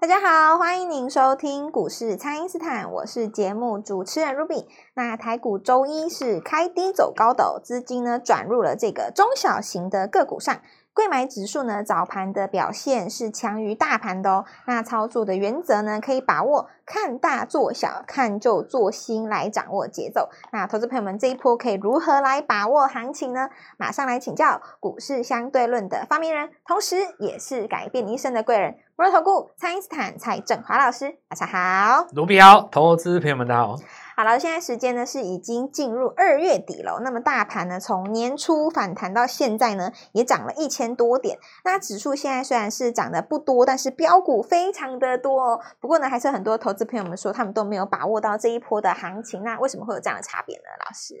大家好，欢迎您收听股市蔡因斯坦，我是节目主持人 Ruby。那台股周一是开低走高的哦、资金呢转入了这个中小型的个股上。贵买指数呢早盘的表现是强于大盘的哦。那操作的原则呢，可以把握看大做小，看就做新来掌握节奏。那投资朋友们这一波可以如何来把握行情呢？马上来请教股市相对论的发明人，同时也是改变你一生的贵人——摩头顾蔡因斯坦蔡振华老师，大家好。卢比好，投资朋友们大家好。好了，现在时间呢是已经进入二月底了哦。那么大盘呢，从年初反弹到现在呢，也涨了一千多点。那指数现在虽然是涨得不多，但是标股非常的多哦。不过呢，还是很多投资朋友们说他们都没有把握到这一波的行情。那为什么会有这样的差别呢？老师，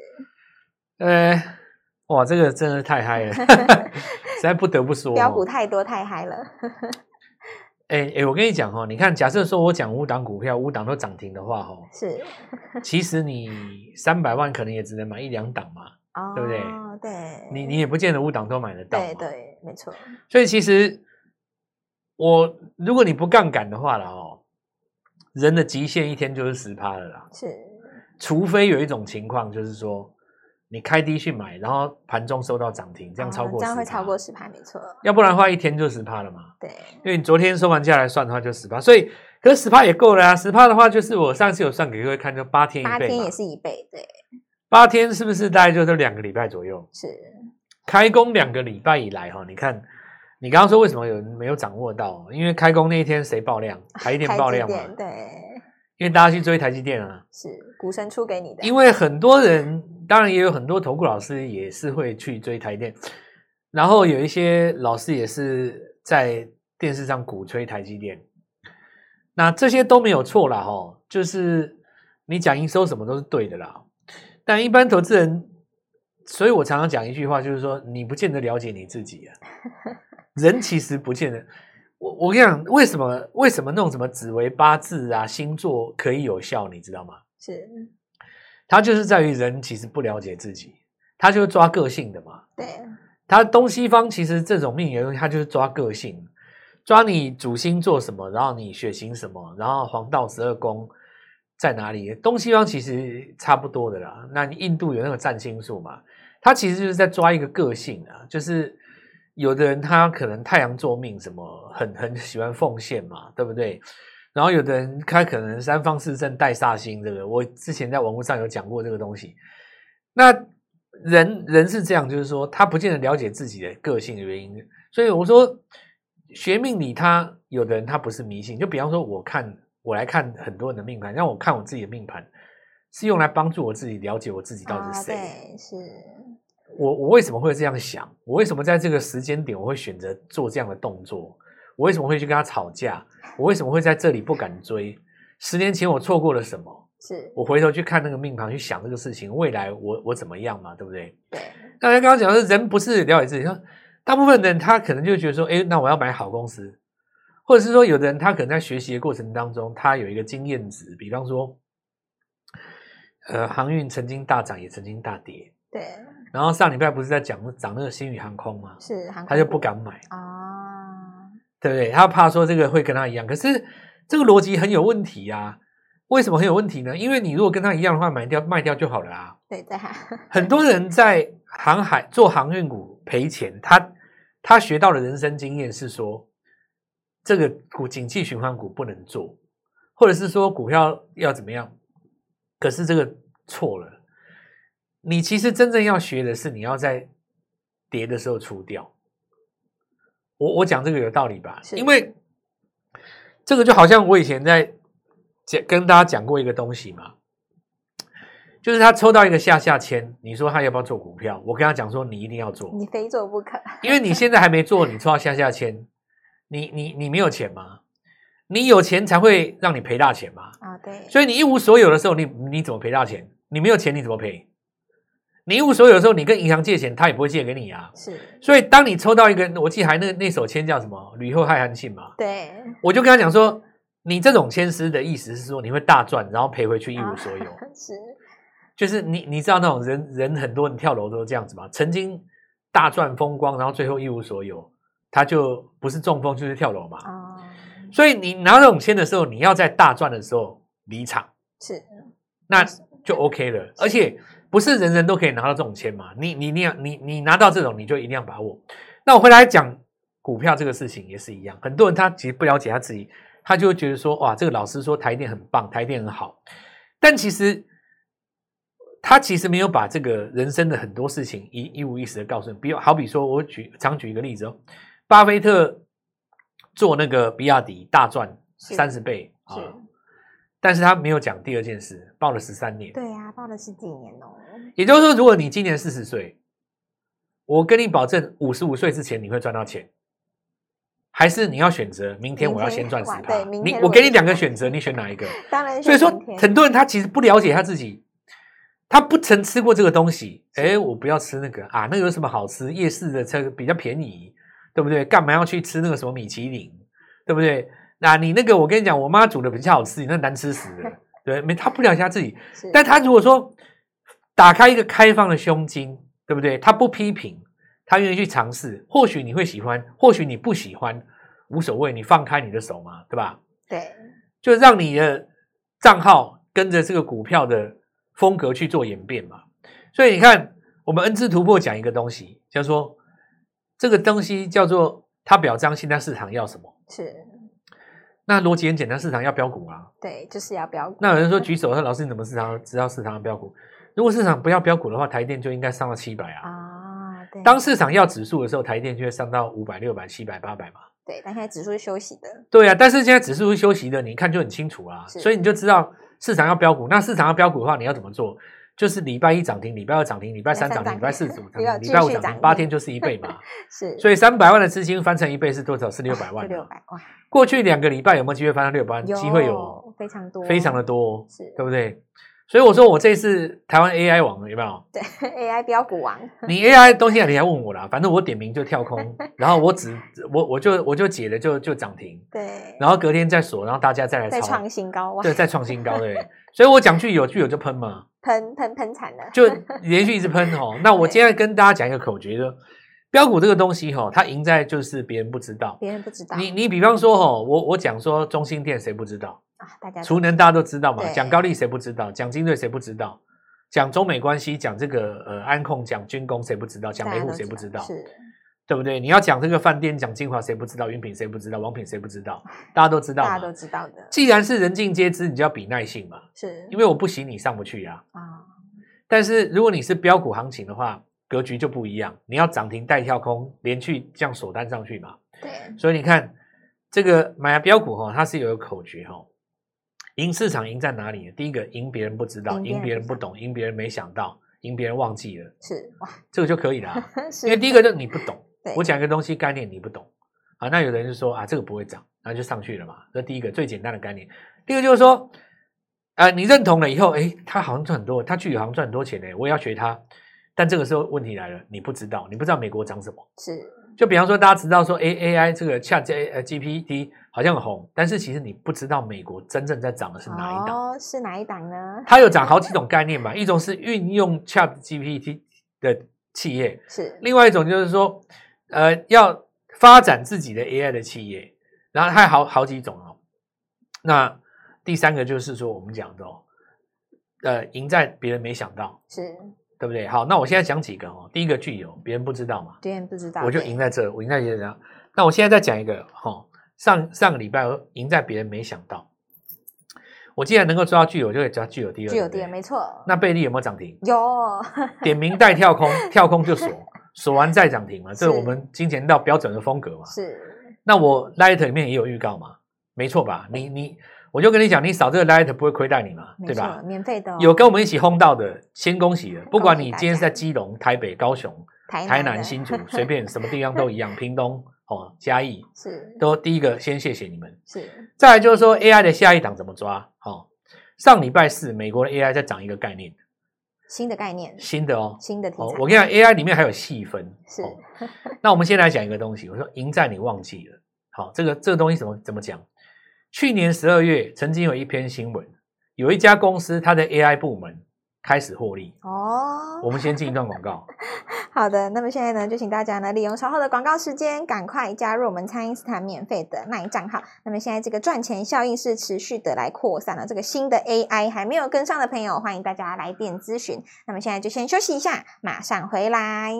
哦呃，哇，这个真的太 嗨了，实在不得不说、标股哦。太多太嗨了，哎哎，我跟你讲哦，你看，假设说我讲五档股票，五档都涨停的话， 哦，是其实你三百万可能也只能买一两档嘛，哦，对不对对，你你也不见得五档都买得到嘛。对对，没错，所以其实我，如果你不杠杆的话了哦，人的极限一天就是十趴了啦。是除非有一种情况，就是说你开低去买，然后盘中收到涨停，这样哦超过、这样会超过十趴，没错，要不然的话一天就十趴了嘛。对，因为你昨天收盘价来算的话就十趴，所以可是十趴也够了啊。十趴的话就是我上次有算给各位看，就八天一八倍天嘛也。是一倍，对，八天是不是大概就是两个礼拜左右？是开工两个礼拜以来哈、你看你刚刚说为什么有人没有掌握到？因为开工那一天谁爆量？台积电台爆积量嘛，电对。因为大家去追台积电啊。是股神出给你的，因为为很多人，当然也有很多投顾老师也是会去追台电，然后有一些老师也是在电视上鼓吹台积电，那这些都没有错啦，哦，就是你讲营收什么都是对的啦，但一般投资人，所以我常常讲一句话，就是说你不见得了解你自己啊，人其实不见得。我我跟你讲，为什么为什么弄什么紫微八字啊、星座可以有效，你知道吗？是它就是在于人其实不了解自己，他就是抓个性的嘛。对他东西方其实这种命理的东西，他就是抓个性，抓你主星座什么，然后你血型什么，然后黄道十二宫在哪里，东西方其实差不多的啦。那你印度有那个占星术嘛，它其实就是在抓一个个性啊，就是有的人他可能太阳座命什么很很喜欢奉献嘛，对不对？然后有的人他可能三方四正带煞星，这个我之前在网络上有讲过这个东西。那人人是这样，就是说他不见得了解自己的个性的原因，所以我说学命理他，有的人他不是迷信，就比方说我看我来看很多人的命盘，让我看我自己的命盘是用来帮助我自己了解我自己到底是谁。啊对是我我为什么会这样想？我为什么在这个时间点我会选择做这样的动作？我为什么会去跟他吵架？我为什么会在这里不敢追？十年前我错过了什么？是，我回头去看那个命盘，去想这个事情，未来我我怎么样嘛？对不对？对大家刚刚讲的是人不是了解自己，像大部分人他可能就觉得说，哎，那我要买好公司，或者是说有的人他可能在学习的过程当中，他有一个经验值，比方说，呃，航运曾经大涨，也曾经大跌，对然后上礼拜不是在讲涨那个新宇航空吗？是韩他就不敢买，啊，对不对？他怕说这个会跟他一样，可是这个逻辑很有问题啊。为什么很有问题呢？因为你如果跟他一样的话，买掉卖掉就好了啊。对在韩 很多人在航海做航运股赔钱，他他学到的人生经验是说，这个股景气循环股不能做，或者是说股票要怎么样。可是这个错了，你其实真正要学的是你要在跌的时候出掉。我我讲这个有道理吧？是因为这个就好像我以前在讲跟大家讲过一个东西嘛，就是他抽到一个下下签，你说他要不要做股票？我跟他讲说你一定要做，你非做不可，因为你现在还没做，你抽到下下签，你你你没有钱吗？你有钱才会让你赔大钱嘛。啊对，所以你一无所有的时候，你你怎么赔大钱？你没有钱你怎么赔？你一无所有的时候，你跟银行借钱，他也不会借给你啊。是所以当你抽到一个，我记得还那那首签叫什么“吕后害韩信”嘛，对我就跟他讲说，你这种签诗的意思是说你会大赚，然后赔回去一无所有。啊是就是你你知道那种人人很多人跳楼都是这样子嘛，曾经大赚风光，然后最后一无所有，他就不是中风就是跳楼嘛。啊所以你拿这种签的时候，你要在大赚的时候离场，是那就 OK 了。而且不是人人都可以拿到这种签嘛，你你你你你拿到这种，你就一定要把握。那我回来讲股票这个事情也是一样，很多人他其实不了解他自己，他就会觉得说哇，这个老师说台电很棒，台电很好，但其实他其实没有把这个人生的很多事情一一五一十的告诉你。比如好比说，我举常举一个例子哦，巴菲特做那个比亚迪大赚是三十倍啊是，但是他没有讲第二件事，报了十三年。对呀、报了十几年哦，也就是说，如果你今年四十岁，我跟你保证，五十五岁之前你会赚到钱，还是你要选择明天我要先赚十明天趴？对明你天如我给果你是两个这样选择，你选哪一个？当然是所以说明天，很多人他其实不了解他自己，他不曾吃过这个东西。哎，我不要吃那个啊，那个有什么好吃？夜市的车比较便宜，对不对？干嘛要去吃那个什么米其林，对不对？那、你那个，我跟你讲，我妈煮的比较好吃，你那难吃死了。对，没他不了解他自己，是但他如果说打开一个开放的胸襟，对不对？他不批评，他愿意去尝试，或许你会喜欢，或许你不喜欢，无所谓，你放开你的手嘛，对吧？对就让你的账号跟着这个股票的风格去做演变嘛。所以你看，我们 N 字突破讲一个东西，叫做这个东西叫做它表彰现在市场要什么。是，那逻辑很简单，市场要标股啊。对，就是要标股。那有人说举手说老师你怎么市场知道市场要标股？如果市场不要标股的话，台电就应该上到七百啊。啊，对，当市场要指数的时候，台电就会上到五百、六百、七百、八百嘛。对，但现在指数是休息的，对啊，但是现在指数是休息的，你一看就很清楚啊，是所以你就知道市场要标股。那市场要标股的话，你要怎么做？就是礼拜一涨停，礼拜二涨停，礼拜三涨停，礼礼拜拜三四涨停涨礼拜停，礼拜继五续涨涨停停，八天就是一 倍嘛。是，所以三百万的资金翻成一倍是多少？是六百万、是六啊。百哇，过去两个礼拜有没有机会翻到六百万？机会有，非常多，非常的多哦，是 对不对？所以我说我这次台湾 AI 网有 没有？对 AI 标股王，你 AI 东西啊你还问我啦，反正我点名就 跳空，然后我只我我就我就解了就就涨停，对，然后隔天再锁，然后大家再来再抄。创新高哇，对，再创新高对。所以我讲句有句有就喷嘛，喷喷喷惨了，就连续一直喷哦。那我今天跟大家讲一个口诀，就标股这个东西哈、哦，它赢在就是别人不知道。别人不知道你你比方说哦，我我讲说中心店谁不知道，啊，大家储能大家都知道嘛，对讲高利谁不知道，讲精锐谁不知道，讲中美关系，讲这个呃安控，讲军工谁不知道，讲大美家股都谁不知道，是对不对？你要讲这个饭店，讲精华谁不知道，云品谁不知道，王品谁不知道，大家都知道大家嘛都。知道的，既然是人尽皆知，你就要比耐性嘛，是因为我不行你上不去呀、啊，但是如果你是标股行情的话，格局就不一样，你要涨停带跳空，连续这样锁单上去嘛。对，所以你看这个买标股哈、哦，它是有个口诀哈、哦，赢市场赢在哪里？第一个赢别人不知道，赢赢别别人人不不知懂，赢别人没想到，赢别人忘记了，是哇，这个就可以了啊、是因为第一个就是你不懂对，我讲一个东西概念你不懂啊，那有的人就说啊这个不会涨，然后就上去了嘛。这第一个最简单的概念。第二个就是说，啊、你认同了以后，诶，他好像赚很多，他去好像赚很多钱呢，我也要学他。但这个时候问题来了，你不知道，你不知道美国涨什么。是就比方说，大家知道说 A A I 这个 Chat G 呃 G P T 好像很红，但是其实你不知道美国真正在涨的是哪一档。哦，是哪一档呢？它有涨好几种概念嘛，一种是运用 Chat G P T 的企业，是另外一种就是说，呃，要发展自己的 AI 的企业，然后还有好好几种哦。那第三个就是说我们讲的哦，呃，赢在别人没想到，是，对不对？好，那我现在讲几个哦。第一个具有别人不知道嘛，别人不知道，我就对赢在这，我赢在别人没想到。那我现在再讲一个哦，上上个礼拜我赢在别人没想到，我既然能够抓到具有，我就可以抓具有第二，具有对不对点没错，那贝利有没有涨停？有 点名带跳空，跳空就锁，锁完再涨停嘛，这是是我们金钱道标准的风格嘛。是那我 Light 里面也有预告嘛，没错吧？你你，我就跟你讲，你扫这个 Light 不会亏待你嘛，没对吧错，？免费的哦有跟我们一起轰到的，先恭喜了。不管恭喜你大家今天是在基隆、台北、高雄、台台南的南、新竹，随便什么地方都一样，屏东哦、嘉义是都第一个先谢谢你们。是再来就是说 AI 的下一档怎么抓？哦，上礼拜四美国的 AI 在涨一个概念，新的概念，新的哦，新的题材，哦，我跟你讲，AI 里面还有细分。是哦那我们先来讲一个东西，我说赢在你忘记了。好，这个这个东西怎么怎么讲？去年十二月曾经有一篇新闻，有一家公司它的 AI 部门开始获利。哦，我们先进一段广告，好的，那么现在呢，就请大家呢利用稍后的广告时间，赶快加入我们餐饮斯坦免费的卖账号。那么现在这个赚钱效应是持续的来扩散了，这个新的 AI 还没有跟上的朋友，欢迎大家来电咨询。那么现在就先休息一下，马上回来。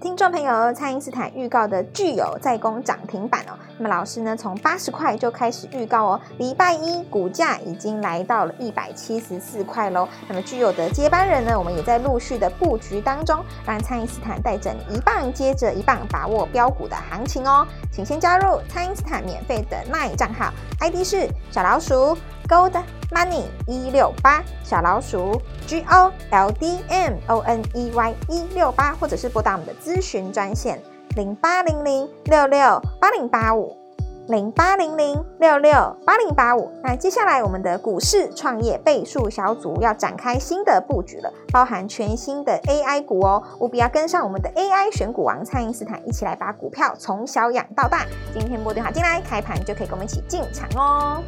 听众朋友，蔡因斯坦预告的具有再攻涨停板哦。那么老师呢，从八十块就开始预告哦，礼拜一股价已经来到了一百七十四块喽。那么具有的接班人呢，我们也在陆续的布局当中，让蔡因斯坦带着你一棒接着一棒把握标股的行情哦。请先加入蔡因斯坦免费的 LINE 账号，ID 是小老鼠 Gold Money 一六八，小老鼠 G O L D M O N E Y 一六八，或者是拨打我们的咨询专线零八零零六六八零八五零八零零六六八零八五。那接下来我们的股市创业倍数小组要展开新的布局了，包含全新的 AI 股哦，务必要跟上我们的 AI 选股王蔡因斯坦，一起来把股票从小养到大。今天拨电话进来，开盘就可以跟我们一起进场哦。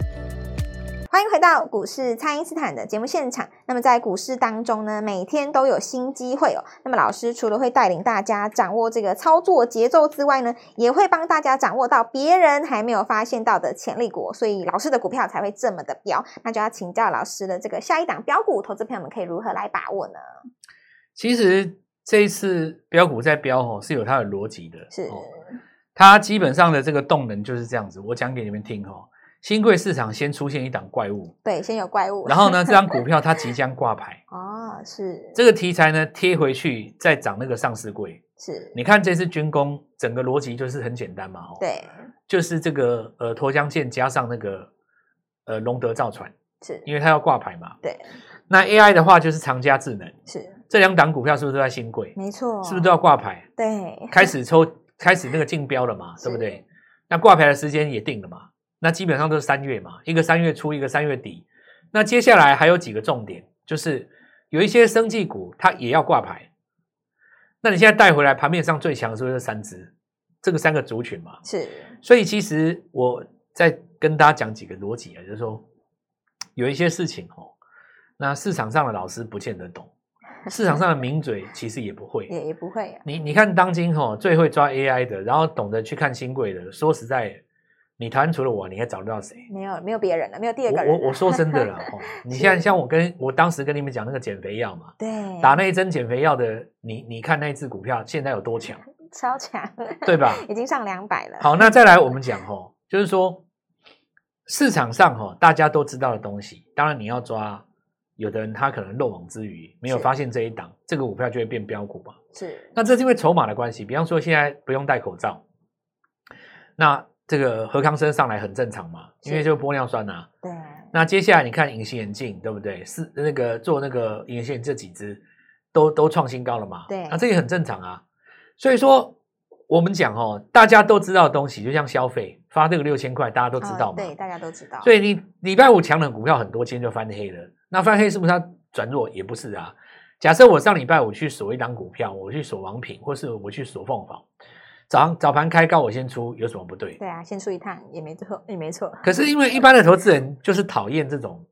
欢迎回到股市，蔡因斯坦的节目现场。那么在股市当中呢，每天都有新机会哦。那么老师除了会带领大家掌握这个操作节奏之外呢，也会帮大家掌握到别人还没有发现到的潜力股哦，所以老师的股票才会这么的飙。那就要请教老师的这个下一档标股，投资朋友们可以如何来把握呢？其实这一次标股在标哦，是有它的逻辑的，是哦它基本上的这个动能就是这样子。我讲给你们听哦，新贵市场先出现一档怪物，对，先有怪物，然后呢，这张股票它即将挂牌， 哦，是这个题材呢贴回去再涨那个上市柜。是，你看这次军工整个逻辑就是很简单嘛，哦，，对，就是这个呃沱江舰加上那个呃龙德造船，是，因为它要挂牌嘛。对，那 AI 的话就是长嘉智能，是，这两档股票是不是都在新贵？没错，是不是都要挂牌？对，开始抽，开始那个竞标了嘛，对不对？那挂牌的时间也定了嘛，那基本上都是三月嘛，一个三月初，一个三月底。那接下来还有几个重点，就是有一些生技股它也要挂牌。那你现在带回来，盘面上最强的是不是这三只？这个三个族群嘛，是，所以其实我再跟大家讲几个逻辑啊，就是说有一些事情哦，那市场上的老师不见得懂，市场上的名嘴其实也不会，也也不会啊，你你看当今吼、最会抓 AI 的，然后懂得去看新贵的，说实在，你台湾除了我，你还找得到谁？没有没有别人了，没有第二个我人我了，我说真 的啦，哦，你现在像我跟我当时跟你们讲那个减肥药嘛，对，打那一针减肥药的，你你看那一只股票现在有 多强， 超强，对吧？已经上两百了。好，那再来我们讲吼、就是说市场上吼、大家都知道的东西，当然你要抓，有的人他可能漏网之鱼没有是发现这一档，这个股票就会变标股嘛。是那这是因为筹码的关系，比方说现在不用戴口罩，那这个何康生上来很正常嘛，是因为就玻尿酸啊。对，那接下来你看隐形眼镜，对不对？是那个做那个隐形眼镜这几只都都创新高了嘛？对那这也很正常啊。所以说我们讲哦，大家都知道的东西，就像消费发这个六千块，大家都都知道嘛。哦啊对，大家都知道。所以你礼拜五强的股票很多，今天就翻黑了。那翻黑是不是它转弱？也不是啊。假设我上礼拜五去锁一档股票，我去锁王品，或是我去锁凤凰，早上早盘开高我先出，有什么不对？对啊，先出一趟也没错，也没错。可是因为一般的投资人就是讨厌这种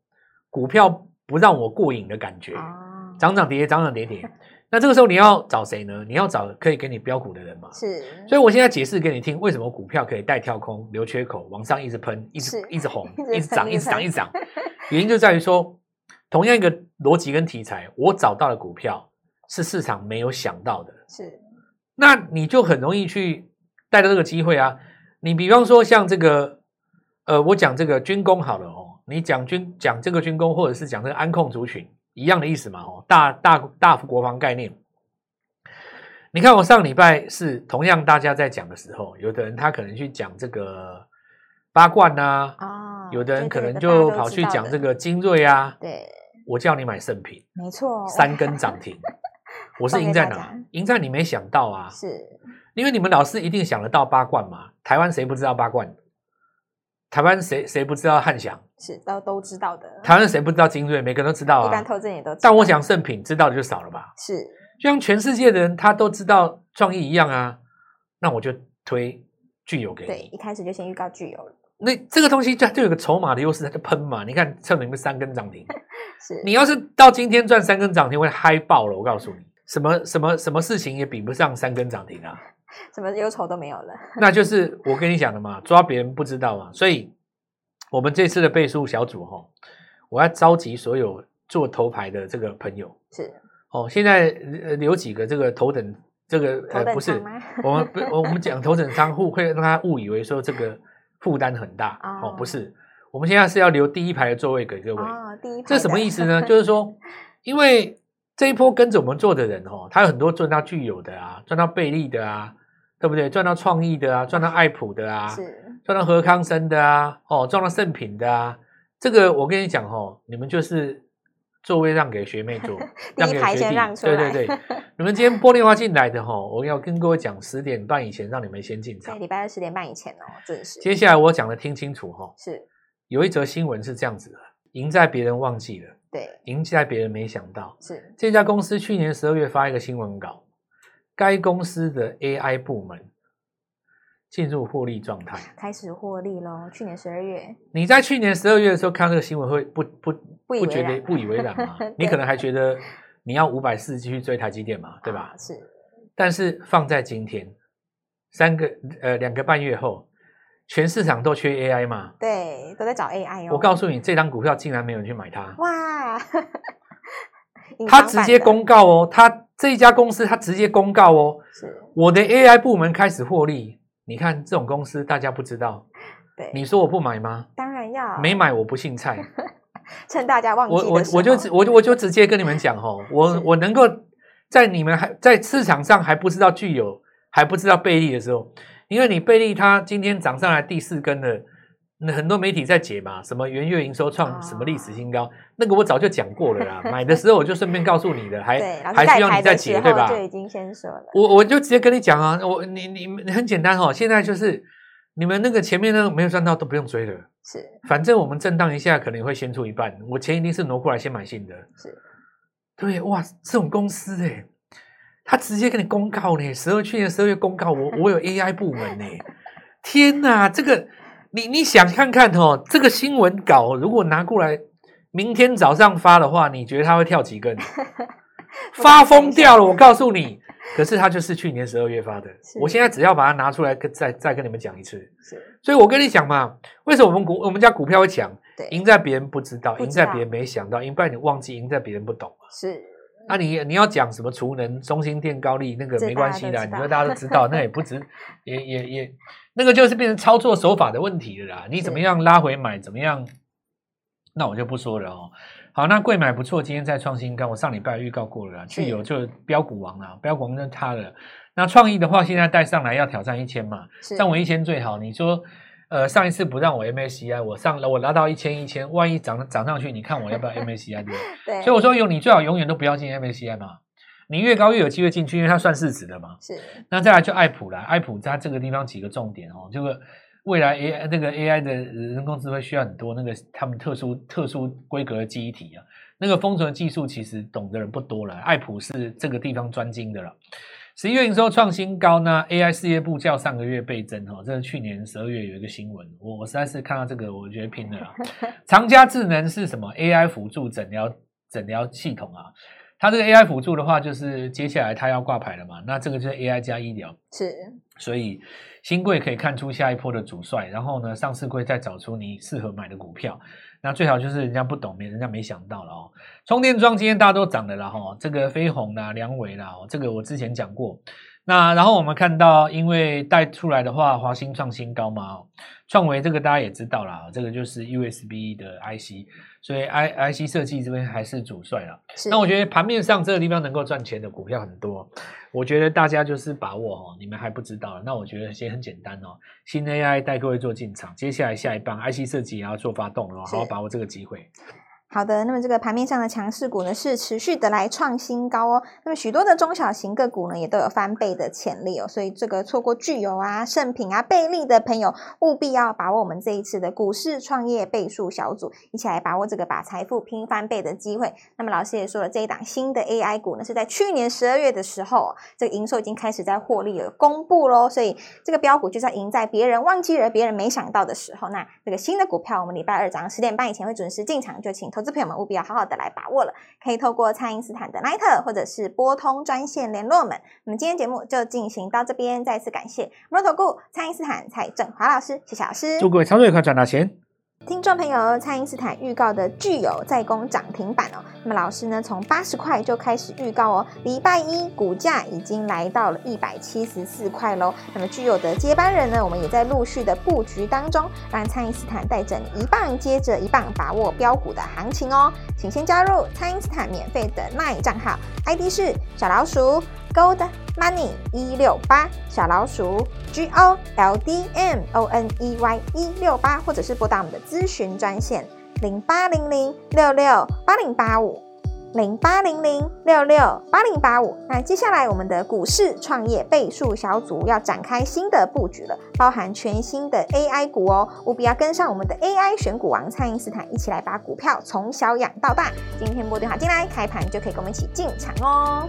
股票不让我过瘾的感觉，啊，涨涨跌跌，涨涨跌跌。那这个时候你要找谁呢？你要找可以给你标股的人嘛。是，所以我现在解释给你听，为什么股票可以带跳空、留缺口，往上一直喷，一直是一直红一直，喷 一直涨，一一直直喷涨，一直涨。原因就在于说，同样一个逻辑跟题材，我找到的股票是市场没有想到的，是那你就很容易去带到这个机会啊。你比方说像这个，呃，我讲这个军工好了哦，你讲军讲这个军工，或者是讲这个安控族群，一样的意思嘛哦，大大大国防概念。你看我上礼拜是同样大家在讲的时候，有的人他可能去讲这个八冠呐、啊，有的人可能对对就对大家都跑去知道讲这的，个精锐啊，对，我叫你买圣品，没错，三根涨 停，我是哦送给赢在大哪家？赢在你没想到啊，是因为你们老师一定想得到八冠嘛，台湾谁不知道八冠？台湾谁谁不知道汉翔？是都都知道的，台湾谁不知道精锐？每个人都知道一般啊。投资人也都知道。但我想圣品知道的就少了吧？是就像全世界的人他都知道创意一样啊，那我就推具有给对，你。一开始就先预告具有了，那这个东西就就有个筹码的优势，它就喷嘛。你看，趁你们三根涨停， 是你要是到今天赚三根涨停，会嗨爆了。我告诉你，什么什么什么事情也比不上三根涨停啊。什么忧愁都没有了。 那嗯就是我跟你讲的嘛，抓别人不知道嘛，所以我们这次的倍数小组哈、哦，我要召集所有做头牌的这个朋友是哦。现在呃留几个这个头等这个头呃等不是舱，吗？我们不我们讲头等舱户会让他误以为说这个负担很大哦哦，不是，我们现在是要留第一排的座位给各位。哦，第一这排什么的意思呢？就是说，因为这一波跟着我们做的人哦，他有很多赚到具有的啊，赚到贝利的啊，对不对？赚到创意的啊，赚到爱普的啊，是，赚到和康生的啊，哦，赚到盛品的啊。这个我跟你讲哦，你们就是座位让给学妹坐 第让一给排学先弟，让出对来。 对对。你们今天拨电话进来的哈、哦，我要跟各位讲，十点半以前让你们先进在场。礼拜二十点半以前哦，准时接下来我讲的听清楚哈、哦，是有一则新闻是这样子的：赢在别人忘记了，对赢在别人没想到。是这家公司去年十二月发一个新闻稿，该公司的 AI 部门进入获利状态。开始获利喽。去年十二月你在去年十二月的时候看到这个新闻，会不不不以不为觉得然不以为然吗 对？你可能还觉得你要五百四继续追台积电嘛，对吧啊？是但是放在今天，三个呃两个半月后，全市场都缺 AI 嘛。对，都在找 AI 哦。我告诉你，这张股票竟然没有人去买它，哇， 隐它藏直版接的公告哦，它这一家公司它直接公告哦，是我的 AI 部门开始获利。你看这种公司大家不知道，对，你说我不买吗？当然要没买我不姓蔡，趁大 家忘记我我的时我就候直我就我就直接跟你们讲哦，我我能够在你们还在市场上还不知道具有还不知道贝利的时候，因为你贝利它今天涨上来第四根了，那很多媒体在解嘛，什么元月营收创啊什么历史新高，那个我早就讲过了 啦，买的时候我就顺便告诉你的，还对，老师还带需要牌你再的时解对候吧？就已经先说了，我我就直接跟你讲啊，我你你你很简单哦，现在就是你们那个前面那个没有赚到都不用追了。是反正我们震荡一下，可能也会先出一半。我钱一定是挪过来先买新的。是，对，哇，这种公司哎、他直接给你公告呢，十二去年十二月公告，我我有 AI 部门呢、天哪，这个你你想看看哦，这个新闻稿如果拿过来，明天早上发的话，你觉得它会跳几 根？发疯掉了，我告诉你。可是它就是去年十二月发的，是我现在只要把它拿出来跟，再再跟你们讲一次。是，所以我跟你讲嘛，为什么我们股我们家股票会强？对，赢在别人不知道，不知道赢在别人没想到，赢在你忘记，赢在别人不懂嘛。是那、你你要讲什么储能、中心电高力那嗯个这没关系大家啦，都知你道说大家都知道，那也 不值，也也也，那个就是变成操作手法的问题了啦。你怎么样拉回买，怎么样？那我就不说了哦。好，那贵买不错，今天在创新高，我上礼拜预告过了啦，具有就标股王啦，标股王就它了。那创意的话，现在带上来要挑战一千嘛，是，上我一千最好。你说，呃，上一次不让我 MSCI，我上我拿到一千一千，万一涨涨上去，你看我要不要 MSCI 对不对？对，所以我说，有你最好永远都不要进 MSCI 嘛，你越高越有机会进去，因为它算市值的嘛。是那再来就爱普啦，爱普它这个地方几个重点哦，这个未来 AI 那个 AI 的人工智慧需要很多那个他们特殊特殊规格的记忆体啊，那个封存技术其实懂的人不多了，爱普是这个地方专精的了。十一月营收创新高呢，AI 事业部较上个月倍增哦，这是去年十二月有一个新闻，我我实在是看到这个我觉得拼了啦。长嘉智能是什么？AI 辅助诊疗诊疗系统啊，它这个 AI 辅助的话，就是接下来它要挂牌了嘛，那这个就是 AI 加医疗，是所以新贵可以看出下一波的主帅，然后呢，上市贵再找出你适合买的股票，那最好就是人家不懂，没人家没想到了哦。充电桩今天大家都涨的啦哈、哦，这个飞鸿啦、梁伟啦、哦，这个我之前讲过。那然后我们看到，因为带出来的话，华兴创新高嘛，哦创维这个大家也知道啦，这个就是 USB 的 IC，所以 I IC 设计这边还是主帅啦。是，那我觉得盘面上这个地方能够赚钱的股票很多，我觉得大家就是把握哦，你们还不知道，那我觉得先很简单哦，新 AI 带各位做进场，接下来下一棒 IC 设计也要做发动了哦，是好好把握这个机会。好的，那么这个盘面上的强势股呢，是持续的来创新高哦。那么许多的中小型个股呢，也都有翻倍的潜力哦。所以这个错过巨油啊、盛品啊、贝利的朋友，务必要把握我们这一次的股市创业倍数小组，一起来把握这个把财富拼翻倍的机会。那么老师也说了，这一档新的 AI 股呢，是在去年十二月的时候，这个营收已经开始在获利有公布喽。所以这个标股就是要赢在别人忘记了、别人没想到的时候。那这个新的股票，我们礼拜二早上十点半以前会准时进场，就请投资。投资朋友们务必要好好的来把握了。可以透过蔡因斯坦的 l i t e r 或者是拨通专线联络我们。我们今天节目就进行到这边，再次感谢摩投顾蔡因斯坦蔡振华老师，谢谢老师。祝各位操作愉快，赚大钱！听众朋友，蔡因斯坦预告的具有再攻涨停板哦。那么老师呢，从八十块就开始预告哦，礼拜一股价已经来到了一百七十四块喽。那么具有的接班人呢，我们也在陆续的布局当中，让蔡因斯坦带着你一棒接着一棒把握标股的行情哦。请先加入蔡因斯坦免费的 LINE 账号，ID 是小老鼠 Gold Money 一六八，小老鼠 G O L D M O N E Y 一六八，或者是拨打我们的咨询专线零八零零六六八零八五。零八零零六六八零八五。那接下来我们的股市创业倍数小组要展开新的布局了，包含全新的 AI 股哦，务必要跟上我们的 AI 选股王蔡因斯坦，一起来把股票从小养到大。今天拨电话进来，开盘就可以跟我们一起进场哦。